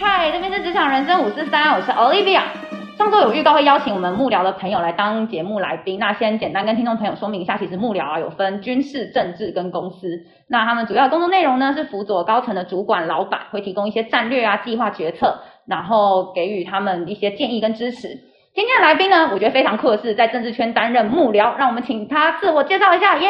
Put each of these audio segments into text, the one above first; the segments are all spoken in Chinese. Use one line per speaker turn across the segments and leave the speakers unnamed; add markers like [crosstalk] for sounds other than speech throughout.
嗨，这边是职场人生五四三，我是 Olivia。上周有预告会邀请我们幕僚的朋友来当节目来宾，那先简单跟听众朋友说明一下，其实幕僚啊有分军事、政治跟公司，那他们主要工作内容呢是辅佐高层的主管、老板，会提供一些战略啊、计划、决策，然后给予他们一些建议跟支持。今天的来宾呢，我觉得非常酷的是在政治圈担任幕僚，让我们请他自我介绍一下，耶、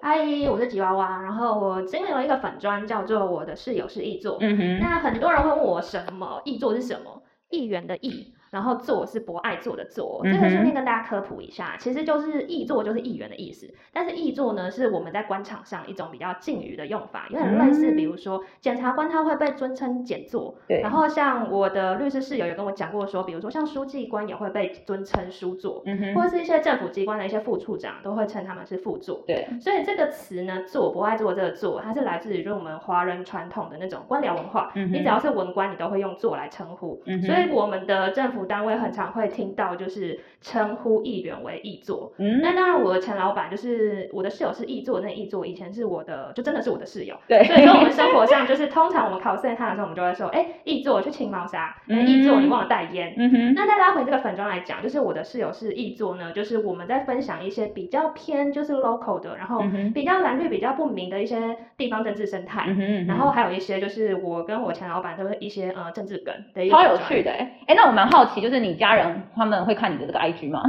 嗨，我是吉娃娃，然后我经历了一个粉砖，叫做我的室友是易作。
嗯哼，
那很多人会问我什么易作是什么？议员的议，然后作是博爱做的作。这
嗯哼
个顺便跟大家科普一下，其实就是易作就是议员的意思，但是易作呢是我们在官场上一种比较敬语的用法，有点类似，
嗯
比如说检察官他会被尊称检座，
对，
然后像我的律师室友有跟我讲过说，比如说像书记官也会被尊称书座。
嗯哼，
或是一些政府机关的一些副处长都会称他们是副座，
对，
所以这个词呢，“做”不爱做这个“做”，它是来自于就是我们华人传统的那种官僚文化。
嗯哼，
你只要是文官，你都会用“做”来称呼。
嗯哼，
所以我们的政府单位很常会听到，就是称呼议员为议座。
嗯，
那当然，我的前老板就是我的室友是议座，那议座以前是我的，就真的是我的室友。
对，
所以说我们生活
[laughs]
上就是通常我们考试他的时候，我们就会说，哎，议座去清猫砂，哎
嗯
议座你忘了带烟，
嗯哼，
那再拉回这个粉妆来讲，就是我的室友是译作呢，就是我们在分享一些比较偏就是 local 的，然后
嗯哼
比较蓝绿比较不明的一些地方政治生态。
嗯哼，
然后还有一些就是我跟我前老板都是一些呃政治梗的一个
超
粉
有
专
趣，的哎、欸那我蛮好奇，就是你家人他们会看你的这个 IG 吗？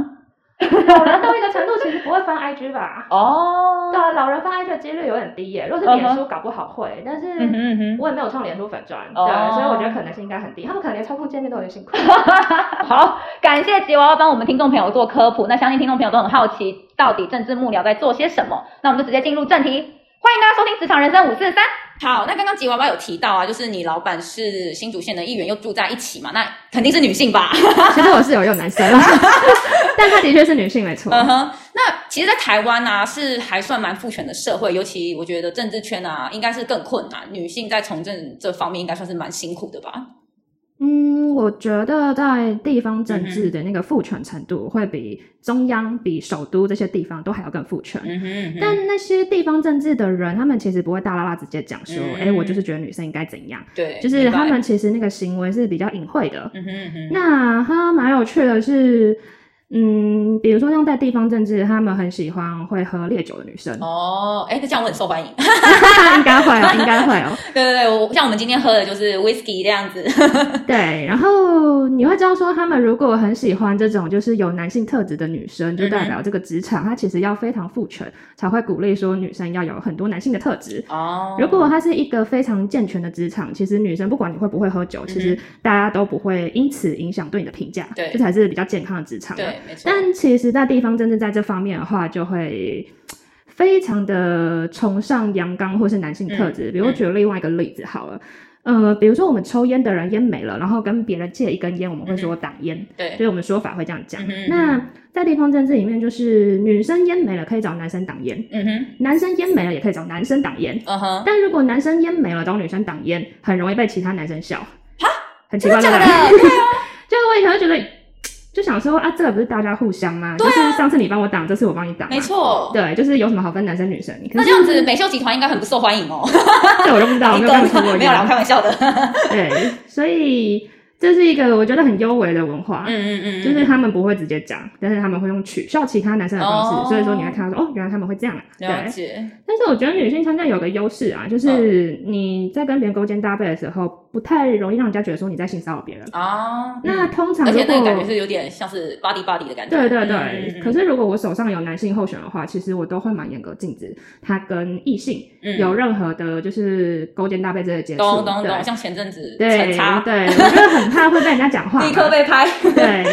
老人到一个程度其实不会翻 IG 吧？
哦
对啊，老人翻 IG 的几率有点低耶。如果是
嗯哼
脸书搞不好会，但
嗯
是
哼嗯
我也没有创脸书粉专，
哦
对，所以我觉得可能性应该很低。他们可能连操控界面都有点辛苦。
哼，好，感谢吉娃娃帮我们听众朋友做科普。那相信听众朋友都很好奇，到底政治幕僚在做些什么？那我们就直接进入正题，欢迎大家收听《职场人生五四三》。好，那刚刚吉娃娃有提到啊，就是你老板是新竹县的议员，又住在一起嘛，那肯定是女性吧？
其实我室友有男生，啊 [laughs] 但他的确是女性没错
嗯哼，那其实，在台湾啊，是还算蛮父权的社会，尤其我觉得政治圈啊，应该是更困难。女性在从政这方面，应该算是蛮辛苦的吧？
嗯，我觉得在地方
嗯
政
哼
治的那个父权程度，会比中央、比首都这些地方都还要更父权。
嗯哼
但那些地方政治的人，他们其实不会大啦啦直接讲说，
嗯
哎、我就是觉得女生应该怎样，
对，
就是他
明白，
们其实那个行为是比较隐晦的。
嗯哼嗯哼，
那他蛮有趣的是，嗯，比如说像在地方政治，他们很喜欢会喝烈酒的女生，
哦，哎，那这样我很受欢迎。
[laughs] 应该会哦，应该会哦。
对对对，我像我们今天喝的就是 whisky 这样子。
对，然后你会知道说，他们如果很喜欢这种就是有男性特质的女生，就
嗯
代表这个职场它其实要非常父权，才会鼓励说女生要有很多男性的特质。
哦，
如果它是一个非常健全的职场，其实女生不管你会不会喝酒，其实大家都不会因此影响对你的评价，
嗯对
这才是比较健康的职场。，
对，没错。
但其实，在地方真正在这方面的话，就会呃非常的崇尚阳刚或是男性特质。
嗯
比如
嗯
举另外一个例子好了。呃，比如说我们抽烟的人烟没了，然后跟别人借一根烟，我们会说挡烟，
嗯对，
所以我们说法会这样讲。
嗯哼
那在地方政治里面，就是女生烟没了可以找男生挡烟，
嗯哼，
男生烟没了也可以找男生挡烟。
嗯哼，
但如果男生烟没了找女生挡烟，很容易被其他男生笑。很奇怪，
真的啊
对
假的
不对？就我以前会觉得，就想说啊，这个不是大家互相吗？就是上次你帮我挡，这次我帮你挡
啊
嘛。
没错。
对，就是有什么好分男生女生？可
那
是
这样子，美秀集团应该很不受欢迎哦。
这我就不知道， [laughs] 我没有跟你说过一
[laughs] 没有啦，我
样。
开玩笑的。
对，所以这是一个我觉得很优微的文化
嗯。嗯嗯，
就是他们不会直接讲，但是他们会用取笑其他男生的方式，
哦
所以说你会看到说，哦，原来他们会这样啊。对，
了解。
但是我觉得女性参战有个优势啊，就是
嗯
你在跟别人勾肩搭背的时候，不太容易让人家觉得说你在性骚扰别人。
啊，
那通常
而
如果
且那个感觉是有点像是 body body 的感觉。
哦对对
嗯
对，可是如果我手上有男性候选的话，其实我都会蛮严格禁止他跟异性
嗯
有任何的，就是勾肩搭背这些接触。
懂懂
对
懂，像前阵子
对
陈
对，
差
我觉得很怕会被人家讲话
[laughs]
嘛。
立刻被
[laughs]
拍。
对。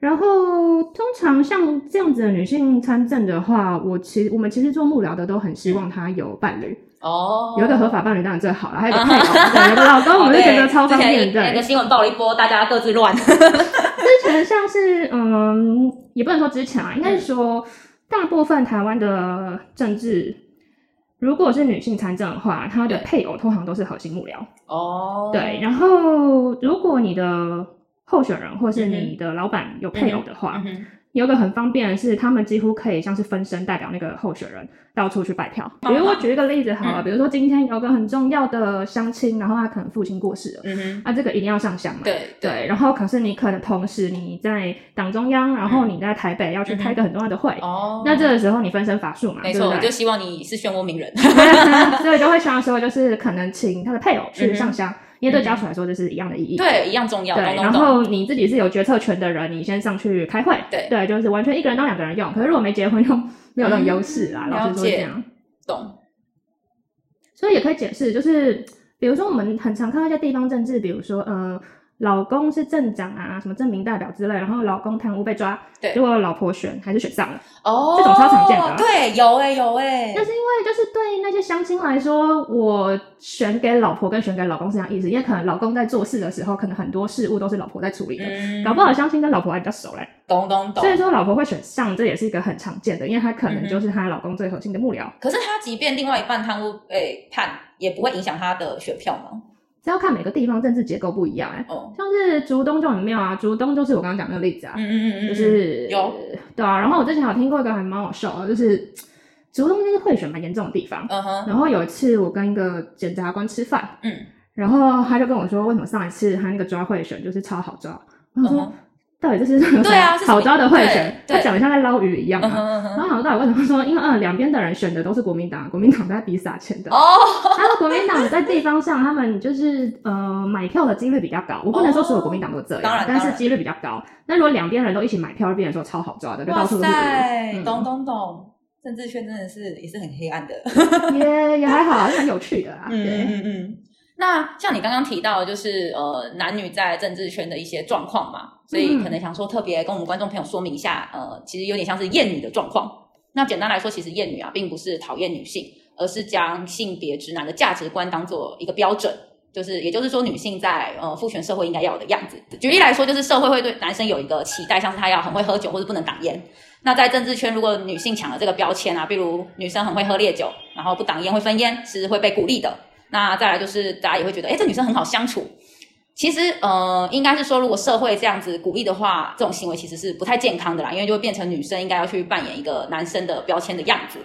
然后，通常像这样子的女性参政的话，我其我们其实做幕僚的都很希望她有伴侣，
哦，啊哦
有一个合法伴侣当然最好了，还有一个配偶，对，有个老公，我们就觉得超方便。
对，那个
对，
新闻爆了一波，大家各自
[laughs]
乱。
之前像是嗯，也不能说之前啊，应
嗯
该是说大部分台湾的政治，如果是女性参政的话，她的
对
配偶通常都是核心幕僚。
哦，
对，，然后如果你的候选人或是
嗯哼
你的老板有配偶的话，
嗯哼，
有个很方便的是，他们几乎可以像是分身代表那个候选人到处去拜票。比如我举一个例子好了，
哦嗯
比如说今天有个很重要的相亲，然后他可能父亲过世了，
嗯哼，
啊，这个一定要上香嘛。
对对，
对，然后可是你可能同时你在党中央，然后你在台北要去开一个很重要的会，
嗯哦，
那这个时候你分身乏术嘛，
没
对
错，我
不对啊
就希望你是漩涡鸣
[laughs]
人，
所以就会希望说，就是可能请他的配偶
嗯
去上香，因为对家属来说这是一样的意义。
对，一样重要，
对，
懂
然
懂懂，
后你自己是有决策权的人，你先上去开会。
对
对，就是完全一个人当两个人用。可是如果没结婚用， [laughs] 没有那种优势啦，
嗯
老
了
实说
解
这样。
懂，
所以也可以解释，就是比如说我们很常看到一些地方政治，比如说呃。老公是镇长啊，什么镇民代表之类，然后老公贪污被抓，
对
结果老婆选还是选上了，
哦，
这种超常见的啊
对，有哎有哎
但，是因为就是对那些相亲来说，我选给老婆跟选给老公是一样意思，因为可能老公在做事的时候，可能很多事务都是老婆在处理的，
嗯，
搞不好相亲跟老婆还比较熟嘞，
懂懂懂嗯
所。以说老婆会选上，这也是一个很常见的，因为她可能就是她老公最核心的幕僚。
可是他即便另外一半贪污被判，也不会影响他的选票吗？
这要看每个地方政治结构不一样哎、
哦，
像是竹东就很妙啊，竹东就是我刚刚讲的那个例子啊，
嗯嗯嗯，嗯
就是
有
对啊。然后我之前有听过一个还蛮好笑的，就是竹东就是贿选蛮严重的地方。
嗯哼，
然后有一次我跟一个检察官吃饭，
嗯
然后他就跟我说，为什么上一次他那个抓贿选就是超好抓？我
嗯
想说，
哼，
到底这是什么
对啊是什么
好抓的贿选？
对
他
对
讲的像在捞鱼一样
嗯
啊。
哼嗯
然
哼，
后想到底为什么说，因为嗯，两边的人选的都是国民党，国民党在比撒钱的。
[laughs] 哦，
[laughs] 他说国民党在地方上，他们就是呃买票的几率比较高。我不能说所有国民党都这
哦当
样
然，
但
当
是
然
几率比较高。那如果两边人都一起买票，就变成说超好抓的，就
哇
到处都是
塞，
嗯
懂懂懂，政治圈真的是也是很黑暗的，
鱼，也也还好，是很有趣的啦。
嗯
对，
嗯嗯。那像你刚刚提到，就是呃男女在政治圈的一些状况嘛，所以
嗯
可能想说特别跟我们观众朋友说明一下，呃，其实有点像是厌女的状况。那简单来说，其实厌女啊，并不是讨厌女性，而是将性别直男的价值观当做一个标准。就是，也就是说，女性在呃父权社会应该要有的样子。举例来说，就是社会会对男生有一个期待，像是他要很会喝酒或者不能挡烟。那在政治圈，如果女性抢了这个标签啊，比如女生很会喝烈酒，然后不挡烟会分烟，是会被鼓励的。那再来就是大家也会觉得，哎，这女生很好相处。其实呃，应该是说，如果社会这样子鼓励的话，这种行为其实是不太健康的啦，因为就会变成女生应该要去扮演一个男生的标签的样子。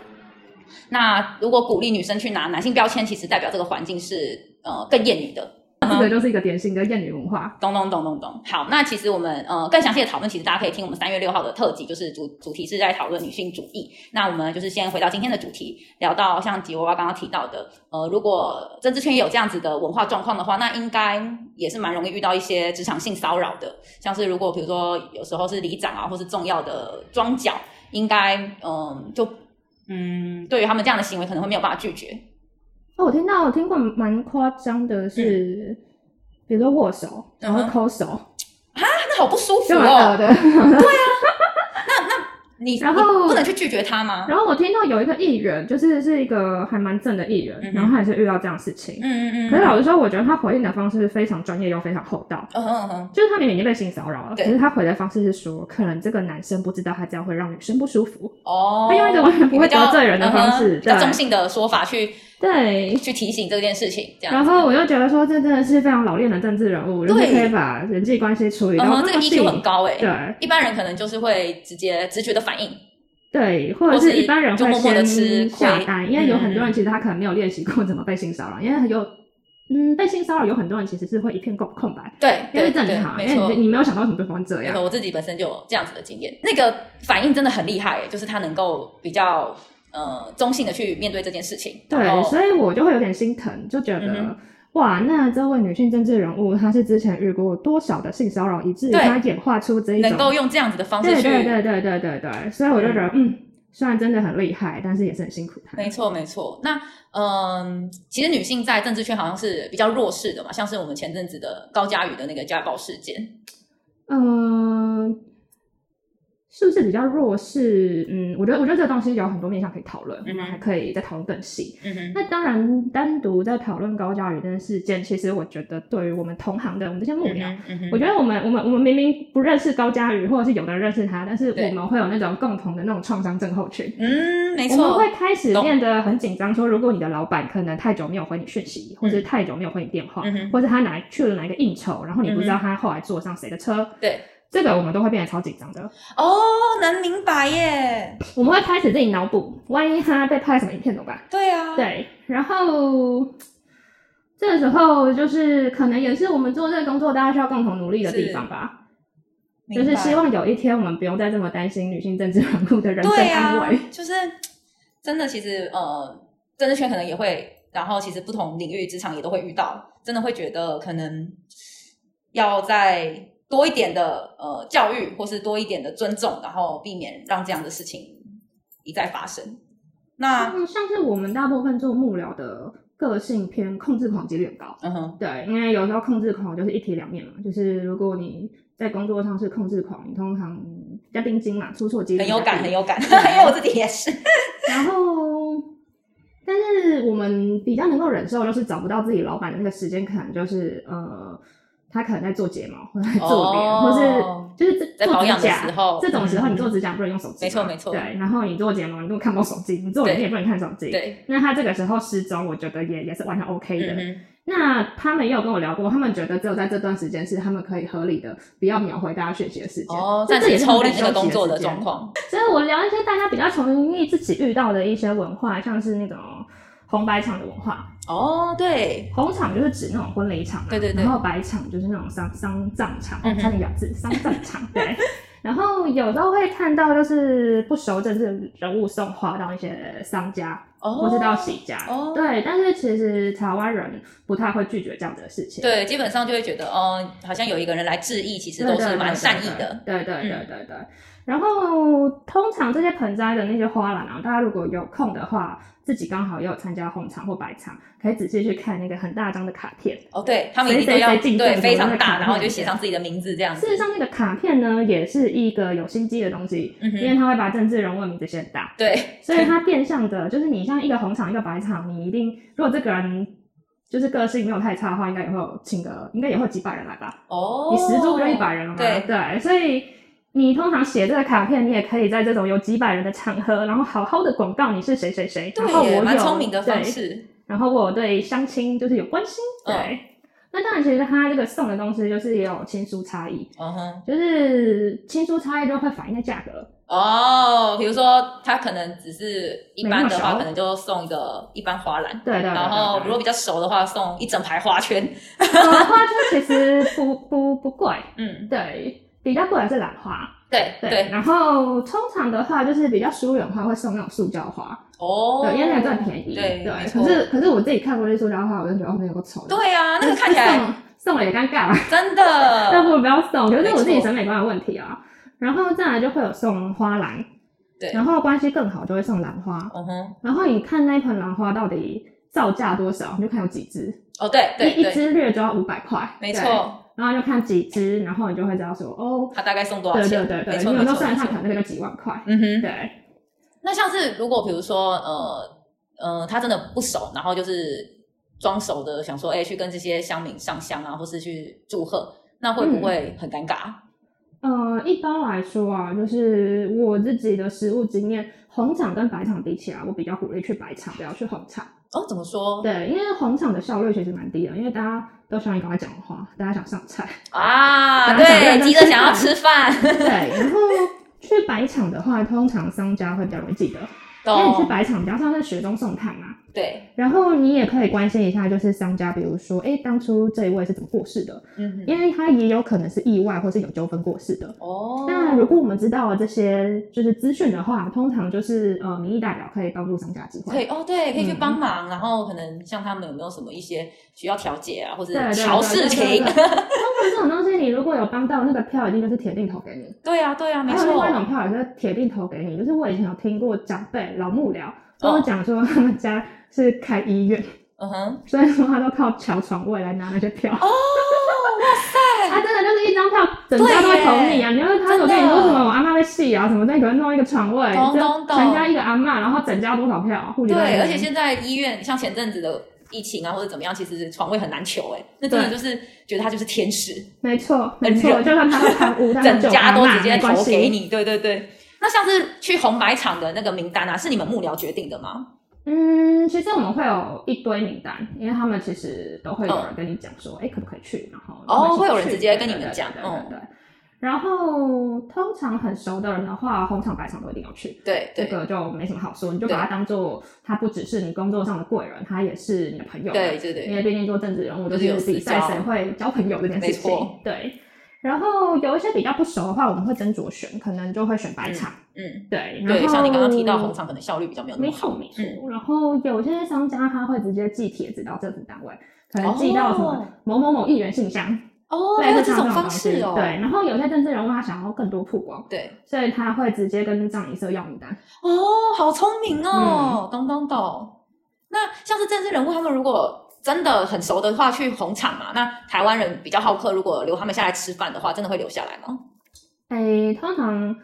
那如果鼓励女生去拿男性标签，其实代表这个环境是呃更厌女的。
这个就是一个典型的艳女文化。
懂懂懂懂懂。好，那其实我们呃更详细的讨论，其实大家可以听我们三月六号的特辑，就是主主题是在讨论女性主义。那我们就是先回到今天的主题，聊到像吉娃娃刚刚提到的，呃，如果政治圈也有这样子的文化状况的话，那应该也是蛮容易遇到一些职场性骚扰的，像是如果比如说有时候是里长啊，或是重要的庄脚，应该嗯、就嗯对于他们这样的行为可能会没有办法拒绝。
哦，我听到我听过蛮夸张的是，比如说握手，然
嗯
后
嗯哼
抠手，
那好不舒服
就蛮恶
哦，
的。 [laughs]
你
啊然后
你不能去拒绝他吗？
然后我听到有一个艺人，就是是一个还蛮正的艺人，
嗯哼
然后他也是遇到这样的事情。
嗯嗯嗯，
可是老实说，我觉得他回应的方式非常专业又非常厚道。
嗯嗯嗯。
就是他明明已经被性骚扰了，可
对
是他回的方式是说，可能这个男生不知道他这样会让女生不舒服，
哦，
他用一种完全不会
比较
得罪人的方
嗯
式
哼比较
对
中性的说法去
对。
去提醒这件事情，这样嗯
然
子。
后我就觉得说，这真的是非常老练的政治人物，就是
对
可以把人际关系处理到
嗯哼，这
那
个
么细
EQ 很高哎、
对
一般人可能就是会直接直觉的反应，
对，或者
或是
是一般人
就
会
默默地吃
先
亏
下单，因为有很多
嗯
人其实他可能没有练习过怎么被性骚扰，因为有嗯被性骚扰有很多人其实是会一片空空白，
对，
因为
对
正
对
常，
没
因为你
错
就。你没有想到为什么对方会这
没
样
错，，我自己本身就有这样子的经验，那个反应真的很厉害、欸，就是他能够比较呃中性的去面对这件事情。然
对，
后
所以我就会有点心疼，就觉得、
嗯哼
哇，那这位女性政治人物，她是之前遇过多少的性骚扰，以至于
对
她演化出这一种
能够用这样子的方式
对
去，
对对对对对对，所以我就觉得，嗯，虽然真的很厉害，但是也是很辛苦她。
没错，没错。那嗯，其实女性在政治圈好像是比较弱势的嘛，像是我们前阵子的高嘉瑜的那个家暴事件。
嗯、是不是比较弱势？嗯，我觉得我觉得这个东西有很多面向可以讨论，我
嗯
们
哼
还可以再讨论更细。
嗯哼，
那当然，单独在讨论高教育这件事件，其实我觉得对于我们同行的我们这些幕僚，
嗯哼嗯哼
我觉得我们我们我们明明不认识高佳瑜，或者是有的人认识他，但是
对
我们会有那种共同的那种创伤症候群。
嗯，没
我们
错，
会开始变得很紧张，说如果你的老板可能太久没有回你讯息，或者是太久没有回你电话，
嗯哼
或者他哪去了哪一个应酬，然后你不知道
嗯
他后来坐上谁的车，
对
这个我们都会变得超紧张的，
哦，能明白耶。
我们会开始自己脑补，万一他被拍什么影片怎么办？
对啊，
对，然后这个时候就是可能也是我们做这个工作大家需要共同努力的地方吧，
明
就
白，
是希望有一天我们不用再这么担心女性政治人物的人身
对
安
啊
危。，
就是真的，其实呃，政治圈可能也会，然后其实不同领域职场也都会遇到，真的会觉得呃可能要再多一点的呃教育，或是多一点的尊重，然后避免让这样的事情一再发生。那
嗯，像是我们大部分做幕僚的个性偏控制狂几率很高，
嗯哼，
对，因为有时候控制狂就是一体两面嘛，就是如果你在工作上是控制狂，你通常比较钉钉嘛，出错几率
很有
比较
感，
低
很有感，因为我自己也是。
[laughs] 然后，但是我们比较能够忍受，就是找不到自己老板的那个时间，可能就是呃，他可能在做睫毛，或者在做脸，
哦
或是就是
在
这做
保养
指
的
甲
时候
这种时候
嗯
你做指甲不能用手机嘛，
没错没错
对，然后你做睫毛你都看不到手机，你做脸
对
也不能看手
[laughs]
机。
对，
那他这个时候失踪，我觉得也也是完全 OK 的。
嗯
那他们也有跟我聊过，他们觉得只有在这段时间是他们可以合理的不要秒回大家讯息的时
哼，
间，
哦，
这
暂
这也
时
是他
抽
们
离
在
这个
休息
工
的
作
时
的
间
状况。
所以我聊一些大家比较常容易自己遇到的一些文化，像是那种红白场的文化。
哦，对，
红场就是指那种婚礼场嘛，
对对对
然后白场就是那种丧丧葬场，
嗯哼
差点咬字，丧葬场。对。然后有时候会看到就是不熟政治人物送花到一些商家，
哦，
或是到喜家。
哦
对，但是其实台湾人不太会拒绝这样的事情。
对，基本上就会觉得，哦，好像有一个人来致意，其实
对
都
对
是
对
蛮
对
善意的。
对对对
嗯
对对。然后通常这些盆栽的那些花篮啊，大家如果有空的话，自己刚好也有参加红场或白场，可以仔细去看那个很大张的卡片。
哦，对他们一定
谁
都
谁
要
谁进
对
洞
非
什么
常
那
大，
个
然后
卡
就
片
写上自己的名字这样子
事。实上，那个卡片呢，也是一个有心机的东西，
嗯
因
哼，
为它会把政治人物的名字写很大，
对，
所以它变相的就是你像一个红场一个白场，你一定如果这个人。就是个性没有太差的话，应该也会有请个，应该也会有几百人来吧。
哦，
你十株不就一百人了吗？
对
所以你通常写这个卡片，你也可以在这种有几百人的场合，然后好好的广告你是谁谁谁，然后
对耶，
我
蛮
有
聪明的方
对
式。
然后我对相亲就是有关心，对。
嗯
那当然，其实他这个送的东西就是也有亲疏差异，
嗯哼，
就是亲疏差异就会反映在价格。
哦，比如说他可能只是一
没那
般
么
的话，
熟
可能就送一个一般花篮，
对对对对
然后
对
如
[laughs]
果比较熟的话，送一整排花圈。
兰花就是其实不不不贵，
嗯，
对，比较贵的是兰花，
对
对。
对，
然后通常的话就是比较疏远的话会送那种塑胶花，
哦，
对，因为那个更便宜。
对没错
可是可是我自己看过那塑胶花，我就觉得哦，那有个丑的。
对啊，那个
就是
看起来
送送了也尴尬嘛，
真
那不
的，
如不要送。可是我自
没
己
错
审美观的问题啊。然后再来就会有送花篮，
对
然后关系更好就会送兰花。
嗯哼，
然后你看那一盆兰花到底造价多少，你就看有几只，
哦，对
一
对
一
对，
只略就要五百块，
没
对。
错，
然后就看几只，然后你就会知道说哦，
他大概送多少
对
钱？
对对
没
对，
错
你
没
有时候
错
算
没
一算，
错
可。能那个就几万块。
嗯哼，
对，
那像是如果比如说呃呃，他真的不熟，然后就是呃装熟的，想说哎、去跟这些乡民上香啊，或是去祝贺，那会不会
嗯
很尴尬？
呃，一般来说啊，就是我自己的实务经验，红场跟白场比起来，我比较鼓励去白场，不要去红场。
哦，怎么说
对，因为红场的效率其实蛮低的，因为大家都喜欢你赶快讲话，大家想上菜。
啊？
想要找
对，
人
急着
吃
想要
饭
吃
[laughs]
饭，
对，然后去白场的话，通常商家会比较容易记得，因为你去
懂？
白场比较像是雪中送炭嘛。
对，
然后你也可以关心一下，就是商家，比如说，哎，当初这一位是怎么过世的？
嗯哼，
因为他也有可能是意外或是有纠纷过世的。
哦，
那如果我们知道了这些就是资讯的话，通常就是呃，民意代表可以帮助商家机
可
会。
以哦，对，可以去
嗯
帮忙，然后可能像他们有没有什么一些需要调解啊，或者
对对对
调事
对对
情？
对通常这种东西，你如果有帮到，那个票一定就是铁定投给你。
[laughs] 对啊，对啊，没
还有另
错
外一，种票也是铁定投给你，就是我以前有听过长辈老幕僚跟
哦
我讲说，他们家是开医院，
嗯哼，
所以说他都靠抢床位来拿那些票。哦，哇塞！ [laughs] 他真的就是一张票，整家都会投你啊！你要是他有跟你说什
真的
么我阿妈被戏啊什么，再给我弄一个床位，
懂
这
懂懂
全家一个阿妈，然后整家多少票？户籍在那
对，
边
而且现在医院像前阵子的疫情啊，或者怎么样，其实床位很难求，哎，那真的就是觉得他就是天使，
没错，
很
没错，
热
就算他会贪污，但
[laughs] 整
是
家都直接
没关
投给
系。
你，对对对。那像是去红白场的那个名单啊，是你们幕僚决定的吗？
嗯，其实我们会有一堆名单，因为他们其实都会有人跟你讲说，哎、可不可以去？然后
嗯哦
你们一起
会有人
去
直接跟你们讲
对对对对对对然后通常很熟的人的话，红场白场都一定要去，
对
这
对
个就没什么好说，你就
对
把它当做他不只是你工作上的贵人，他也是你的朋友。
对对
因
对，
为毕竟做政治人物
就
就
是
是
有私
比赛
交
谁会交朋友这件
没
事情
错。
对，然后有一些比较不熟的话，我们会斟酌选，可能就会选白场。
嗯，
对，然
对，像你刚刚提到
后
红场可能效率比较没有那
没
么
错
好，嗯
没错。然后有些商家他会直接寄帖子到政府单位，可能寄到什
哦
么某某某议员信箱，
哦，
对
还有
会
这
像
种
种
方
东
式
西
哦，
对，然后有些政治人物他想要更多曝光，
对，
所以他会直接跟藏一社要名单。
哦，好聪明哦，
嗯
懂懂懂。那像是政治人物，他们如果真的很熟的话，去红场嘛，那台湾人比较好客，如果留他们下来吃饭的话，真的会留下来吗？
诶，通常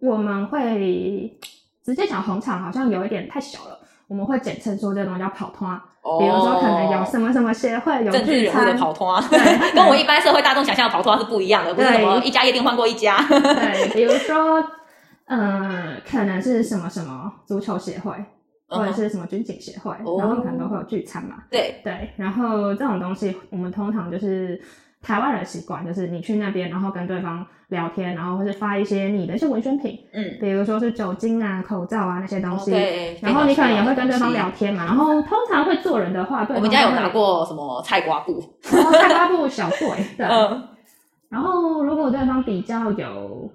我们会直接讲红场，好像有一点太小了。我们会简称说这种叫跑团，
哦
比如说可能有什么什么协会有
政治
聚
人物的
餐，
跑团
[laughs] 对，
[laughs] 跟我一般社会大众想象的跑团啊是不一样的，不是什么一家夜店换过一
[laughs]
家。
对，比如说，嗯，可能是什么什么足球协会，或者
嗯，
是什么军警协会，
哦
然后可能都会有聚餐嘛。
对，
对，然后这种东西我们通常就是台湾人习惯，就是你去那边，然后跟对方聊天，然后或是发一些你的一些文宣品，
嗯，
比如说是酒精啊、口罩啊那些东
哦
西。
对，
然后你可能也会跟对方
非常需要
聊天嘛，然后通常会做人的话，对
我们家有
方
拿
会
过什么菜瓜布，
然后 [laughs] 菜瓜布小
[laughs]
贵，对，
嗯，
然后如果对方比较有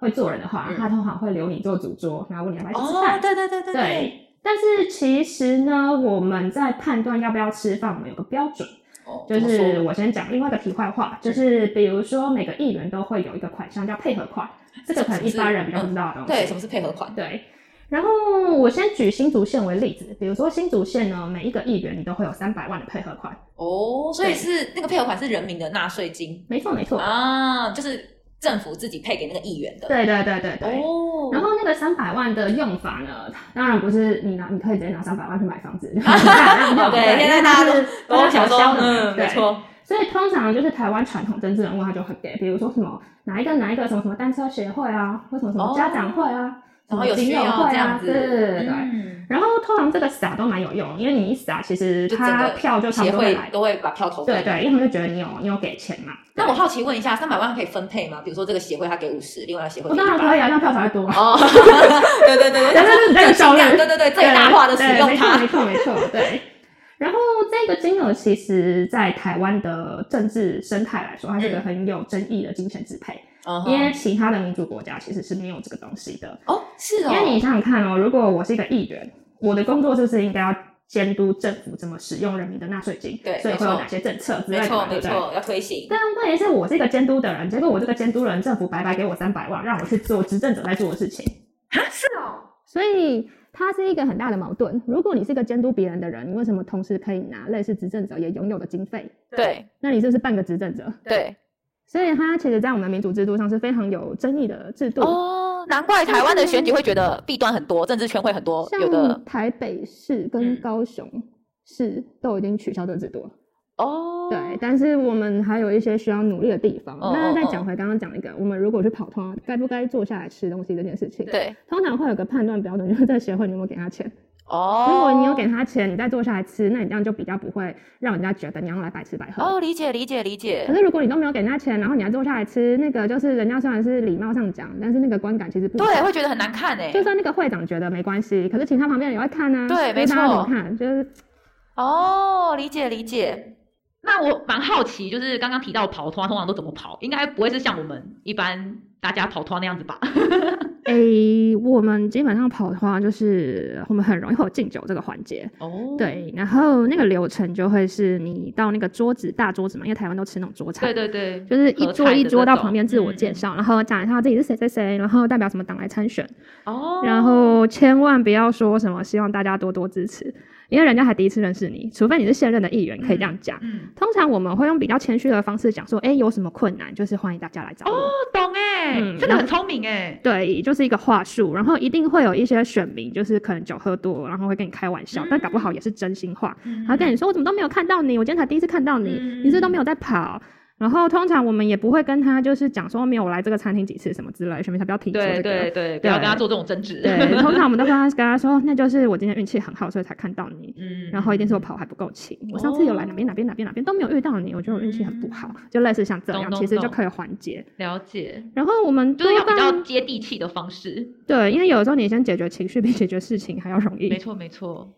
会做人的话，
嗯
他通常会留你做主桌，然后问你要不要一起吃
哦
饭。，
对对对对对，
对，但是其实呢，我们在判断要不要吃饭，我们有个标准，
哦，
就
怎么
是
说嗯
我先讲另外一个题外话，就是比如说每个议员都会有一个款项叫配合款，这个可能一般人比较不知道的东
嗯
西。
对，什么是配合款？
对。然后我先举新竹县为例子，比如说新竹县呢，每一个议员你都会有三百万的配合款，
哦，所以
对
是那个配合款是人民的纳税金
没错没错，
啊，就是政府自己配给那个议员的。
对对对对对。
哦，
然后那个三百万的用法呢，当然不是你拿，你可以直接拿三百万去
[laughs]
买房子，对
对现
因
在
为
大家
它是
我想
它
说
是小，
嗯，没
对。
错，
所以通常就是台湾传统政治人物他就很给，比如说什么哪一个哪一个什么什么单车协会啊，或什么什么家长会啊，什
哦然
么
后有
亲
需
友
要
会
这
啊
样，子
对对对对对。
嗯
然后通常这个撒都蛮有用，因为你一撒，其实
就整
他
个
票就差不
协
多会
会
来。
都会把票投给
对
你。
对，因为他们就觉得你有你有给钱
[laughs]
嘛。
那我好奇问一下，三百万可以分配吗？比如说这个协会他给五十，另外一个协会
我
给
当然
100
可以啊，这样票才会多啊。
哦， [laughs] 对对对，我想
[laughs] 但是你在
说
找
尽量 [laughs]
人
对对对，最大化的使用它。
对没错没错没错，对。然后这个金额其实，在台湾的政治生态来说，它是一个很有争议的金钱支配，
嗯
因
哼
为其他的民主国家其实是没有这个东西的。
哦，是
因为
哦，
你想想看哦，如果我是一个议员，我的工作就是应该要监督政府怎么使用人民的纳税金，
对
所以
没
会
错
有哪些政策之类
没
的
错
嘛，
没
对不对？
错，要推行。
但问题是我是一个监督的人，结果我这个监督人，政府白白给我三百万，让我去做执政者在做的事情。
是哦，
所以它是一个很大的矛盾。如果你是一个监督别人的人，你为什么同时可以拿类似执政者也拥有的经费？
对
那你就是半个执政者。
对
所以它其实，在我们民主制度上是非常有争议的制度。
哦，难怪台湾的选举会觉得弊端很多，政治圈会很多有的
像台北市跟
嗯
高雄市都已经取消这个制度了。
哦，
对，但是我们还有一些需要努力的地方。
哦
那再
哦哦
讲回刚刚讲一个，我们如果去跑通，该不该坐下来吃东西这件事情？，
对
通常会有个判断标准，就是这个协会你有没有给他钱。
哦，
如果你有给他钱，你再坐下来吃，那你这样就比较不会让人家觉得你要来白吃白喝。
哦，理解理解理
可
解，
是如果你都没有给人家钱，然后你还坐下来吃，那个就是人家虽然是礼貌上讲，但是那个观感其实不好
对，会觉得很难看哎
就，算那个会长觉得没关系，可是其他旁边人也会看啊。
对没
就是大家
错
怎么看就是
哦，理解理解，
那我蛮好奇，就是刚刚提到跑啊团通常都怎么跑？应该不会是像我们一般大家跑团那样子吧？
诶、我们基本上跑的话，就是我们很容易会有敬酒这个环节。
哦，
对，然后那个流程就会是你到那个桌子大桌子嘛，因为台湾都吃那种桌菜，
对对对，
就是一
合
桌
菜
一
的
桌
这
到
种
旁边自我
嗯
介绍，然后讲一下自己是谁谁谁，然后代表什么党来参选，
哦，
然后千万不要说什么希望大家多多支持，因为人家还第一次认识你，除非你是现任的议员，可以这样讲。
嗯，
通常我们会用比较谦虚的方式讲说，哎，有什么困难，就是欢迎大家来找我。
不懂哎、
嗯
真的很聪明哎、
对，就是一个话术，然后一定会有一些选民，就是可能酒喝多，然后会跟你开玩笑，但搞不好也是真心话。
嗯
嗯
然后跟你说我怎么都没有看到你，我今天才第一次看到你，你是不是都没有在跑。然后通常我们也不会跟他就是讲说哦没有我来这个餐厅几次什么之类，什么才不要提出这
对
个。
对对，不要跟他做这种争 [laughs] 执。
对，通常我们都跟他跟他说，那就是我今天运气很好，所以才看到你。
嗯，
然后一定是我跑还不够勤，我上次有来哪
哦
边哪边哪边哪边都没有遇到你，我觉得我运气很不好，就类似像这样，
嗯懂懂
其实就
懂
可以缓解。
了解，
然后我们
就是要
多
比较
半
接地气的方式。
对，因为有的时候你先解决情绪比解决事情还要容易。
没错没错，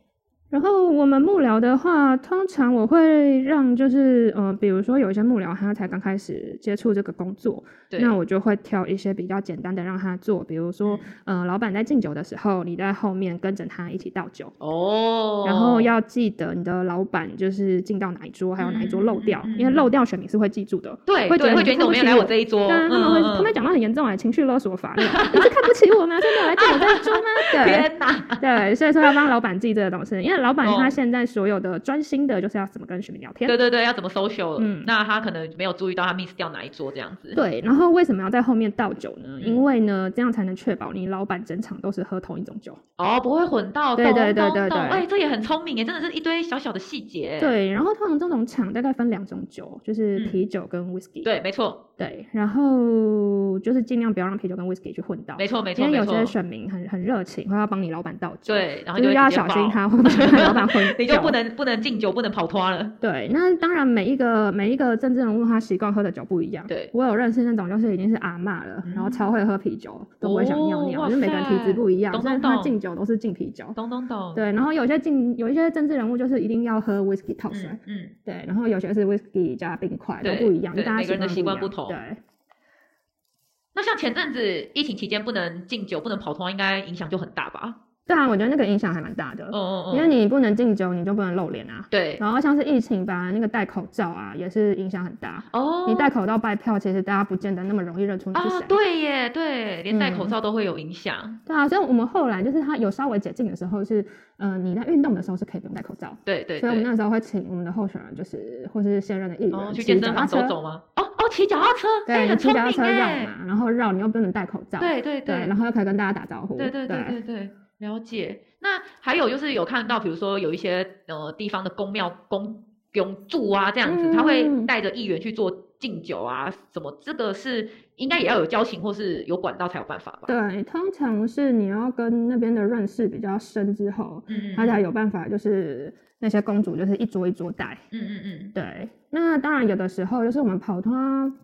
然后我们幕僚的话，通常我会让就是呃，比如说有一些幕僚他才刚开始接触这个工作，
对，
那我就会挑一些比较简单的让他做，比如说、
嗯
呃，老板在敬酒的时候，你在后面跟着他一起倒酒。
哦，
然后要记得你的老板就是进到哪一桌，还有哪一桌漏掉，
嗯嗯嗯嗯哦
因为漏掉选民是会记住的。
对
会觉
对，
得
会
你
觉得你
看
怎么
不
没有
起
来我
我
这一桌？嗯
当然啊他们会，他们讲到很严重哎，情绪勒索法律，你是看不起我吗？所以没有来敬我这一桌
[laughs]
吗？对
天哪，
对，所以说要帮老板记这个东西，因为老板
哦
他现在所有的专心的就是要怎么跟选民聊天
对。对对，要怎么 social？
嗯
那他可能没有注意到他 miss 掉哪一桌这样子。
对，然后为什么要在后面倒酒呢？
嗯
因为呢，这样才能确保你老板整场都是喝同一种酒。
哦，不会混到，
对
懂
对对
懂
对
懂
对
哎，这也很聪明耶，真的是一堆小小的细节。
对，然后通常这种场大概分两种酒，就是
嗯
啤酒跟 whisky、
对，没错，
对，然后就是尽量不要让啤酒跟 whisky 去混到，
没错，没错，
因为
没
有些
错。
选民很很热情，会要帮你老板倒酒。。
对，然后
就
就是会
要
直接
小心
爆
他会不会跟老板混酒，
[laughs] 你就不能不能敬酒，不能跑脱了。
对，那当然每一个每一个政治人物他习惯喝的酒不一样。
对
我有认识那种就是已经是阿嬷了，然后超会喝啤酒，都不会想尿
哦
尿，
哇
就是每个人体质不一样
塞，懂
但是
懂
他
懂
敬酒都是敬啤酒。
懂懂懂，
对，然后有些敬有一些政治人物就是一定要喝 whisky 泡水，
嗯嗯，
对，然后有些是 whisky 加冰块都
对
不一样，
对
就大家
每个人的习惯不
不一
同
样对，
那像前阵子疫情期间不能敬酒、不能跑脱，应该影响就很大吧？
当啊然我觉得那个影响还蛮大的，
嗯嗯嗯，
因为你不能敬酒，你就不能露脸啊。
对
然后像是疫情吧，那个戴口罩啊，也是影响很大。
哦，
你戴口罩拜票，其实大家不见得那么容易认出你是
啊，
谁。
对耶，对，连戴口
嗯
罩都会有影响。
对啊，所以我们后来就是他有稍微解禁的时候是，呃，你在运动的时候是可以不用戴口罩。
对对
所以我们
对。
那时候会请我们的候选人，就是或是现任的议
哦，
员
去
骑
健
脚
身
踏
房走
车，
走吗？哦哦，骑脚踏车，哎
对，你
很
骑
聪
脚踏
明
车绕
哎。
嘛，然后绕你又不能戴口罩，
对对
对，然后又可以跟大家打招呼，
对对对对对，了解。那还有就是有看到，比如说有一些呃地方的宫庙宫宫祝啊这样子，他会
嗯
带着议员去做敬酒啊什么，这个是应该也要有交情或是有管道才有办法吧？
对通常是你要跟那边的认识比较深之后，
嗯嗯
他才有办法就是那些公主就是一桌一桌带，
嗯嗯嗯，
对，那当然有的时候就是我们跑通常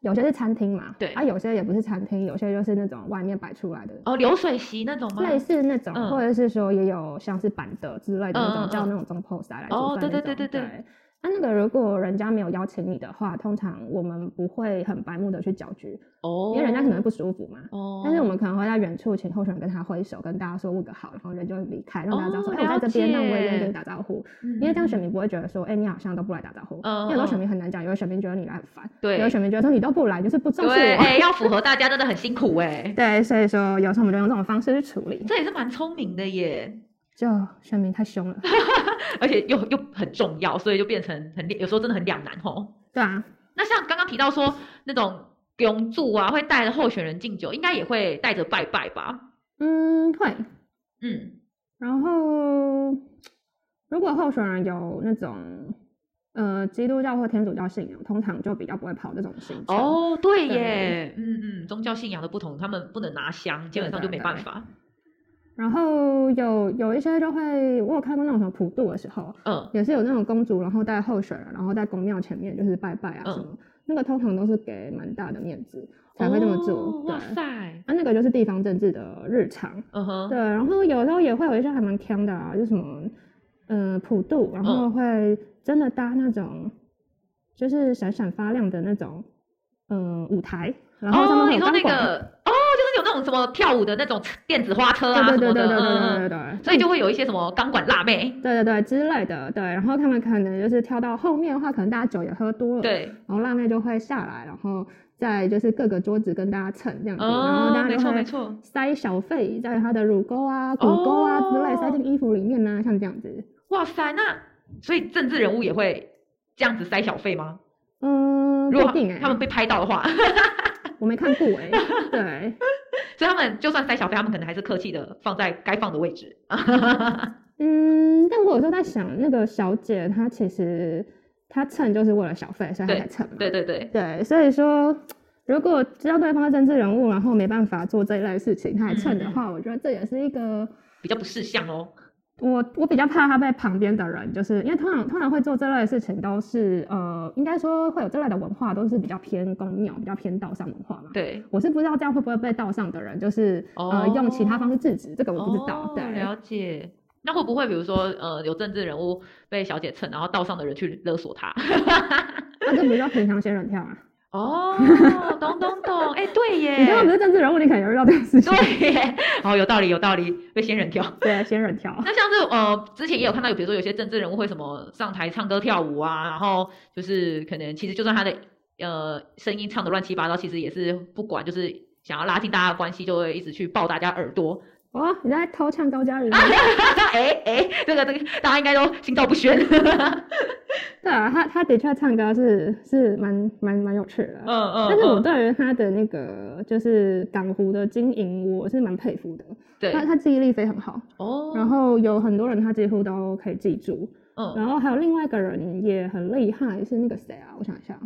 有些是餐厅嘛，
对
啊，有些也不是餐厅，有些就是那种外面摆出来的，
哦，流水席那种吗？
类似那种，
嗯
或者是说也有像是板的之类的那种，
嗯嗯嗯
叫那种中 pose 来煮饭那
哦
种。
对对对对对
对。那、那个如果人家没有邀请你的话，通常我们不会很白目的去搅局，
哦，
因为人家可能不舒服嘛。
哦，
但是我们可能会在远处请候选人跟他挥手，跟大家说问个好，然后人就离开，让大家知道说，
哦
哎、我在这边，
了
那我也愿
解
意跟你打招呼。
嗯
因为这样选
嗯
民不会觉得说，哎、你好像都不来打招呼。
嗯
因为很多
嗯
选民很难讲，有的选民觉得你来很烦，
对
有的选民觉得说你都不来，就是不重视
对，
我。 [laughs]
哎，要符合大家真的很辛苦哎，
对，所以说有时候我们就用这种方式去处理，
这也是蛮聪明的耶， [laughs]
就选民太凶了。
而且又又很重要，所以就变成很有时候真的很两难哦。
对啊，
那像刚刚提到说那种永驻啊，会带着候选人敬酒，应该也会带着拜拜吧？
嗯，会。
嗯，
然后，如果候选人有那种呃基督教或天主教信仰，通常就比较不会跑这种行程。，
哦，对
对
耶，嗯嗯，宗教信仰的不同，他们不能拿香，基本上就没办法。
然后有有一些就会，我有看过那种什么普渡的时候，
嗯，
也是有那种公主，然后带候选人，然后在宫庙前面就是拜拜啊
嗯
什么，那个通常都是给蛮大的面子才会这么做。
哦
对，
哇塞，
啊，那个就是地方政治的日常。
嗯
对，
哼，
然后有时候也会有一些还蛮强的啊，就什么，嗯，普渡，然后会真的搭那种，就是闪闪发亮的那种，嗯，舞台，然后上面
哦，
会
你
有
说
钢
那
管，
个，哦，就是有那种什么跳舞的那种电子花车啊
对
什
对
么
对对
的，
对对
嗯
对对
嗯，
对，
所以就会有一些什么钢管辣妹，
对对对之类的，对，然后他们可能就是跳到后面的话，可能大家酒也喝多了，，
对，
然后辣妹就会下来，然后在就是各个桌子跟大家蹭这样子，然后
哦，
大
没
家就
错
会
没错，
塞小费在他的乳沟啊、骨沟啊之类，
哦
塞进衣服里面啊，像这样子。
哇塞，那所以政治人物也会这样子塞小费吗？
嗯，
如
不
果
一定哎、
他们被拍到的话。
我没看过哎、
[laughs]
对，
所以他们就算塞小费，他们可能还是客气的放在该放的位置。
嗯，但我有时候在想，那个小姐她其实。他蹭就是为了小费，所以他才蹭嘛。
对对对，
对，所以说，如果知道对方是政治人物，然后没办法做这一类事情，他还蹭
嗯
的话，我觉得这也是一个
比较不识相哦。
我我比较怕他被旁边的人，就是因为通常通常会做这类的事情都是呃，应该说会有这类的文化都是比较偏公庙，比较偏道上文化嘛。
对，
我是不知道这样会不会被道上的人就是、呃用其他方式制止，这个我不知道。
哦
对，
了解。那会不会比如说，呃，有政治人物被小姐蹭，然后道上的人去勒索他？
那就比如说平常仙人跳啊，
[laughs] 哦，懂懂懂，哎、对耶，
你刚刚不是政治人物，你可能有遇到这件事情。
对耶，哦，有道理有道理，被仙人跳。
[laughs] 对，仙人跳。
[laughs] 那像是呃，之前也有看到有，比如说有些政治人物会什么上台唱歌跳舞啊，然后就是可能其实就算他的呃声音唱的乱七八糟，其实也是不管，就是想要拉近大家的关系，就会一直去抱大家耳朵。 [laughs]
哇，你在偷唱高佳瑜吗？
哎哎，这个这个，大家应该都心照不宣。 [laughs]
对啊，他他的确唱歌是是蛮蛮蛮有趣的。
嗯嗯，
但是我
嗯
对于他的那个就是港湖的经营，我是蛮佩服的。
对
他他记忆力非常好，
哦，
然后有很多人他几乎都可以记住。
嗯
然后还有另外一个人也很厉害，是那个谁啊？我想一下，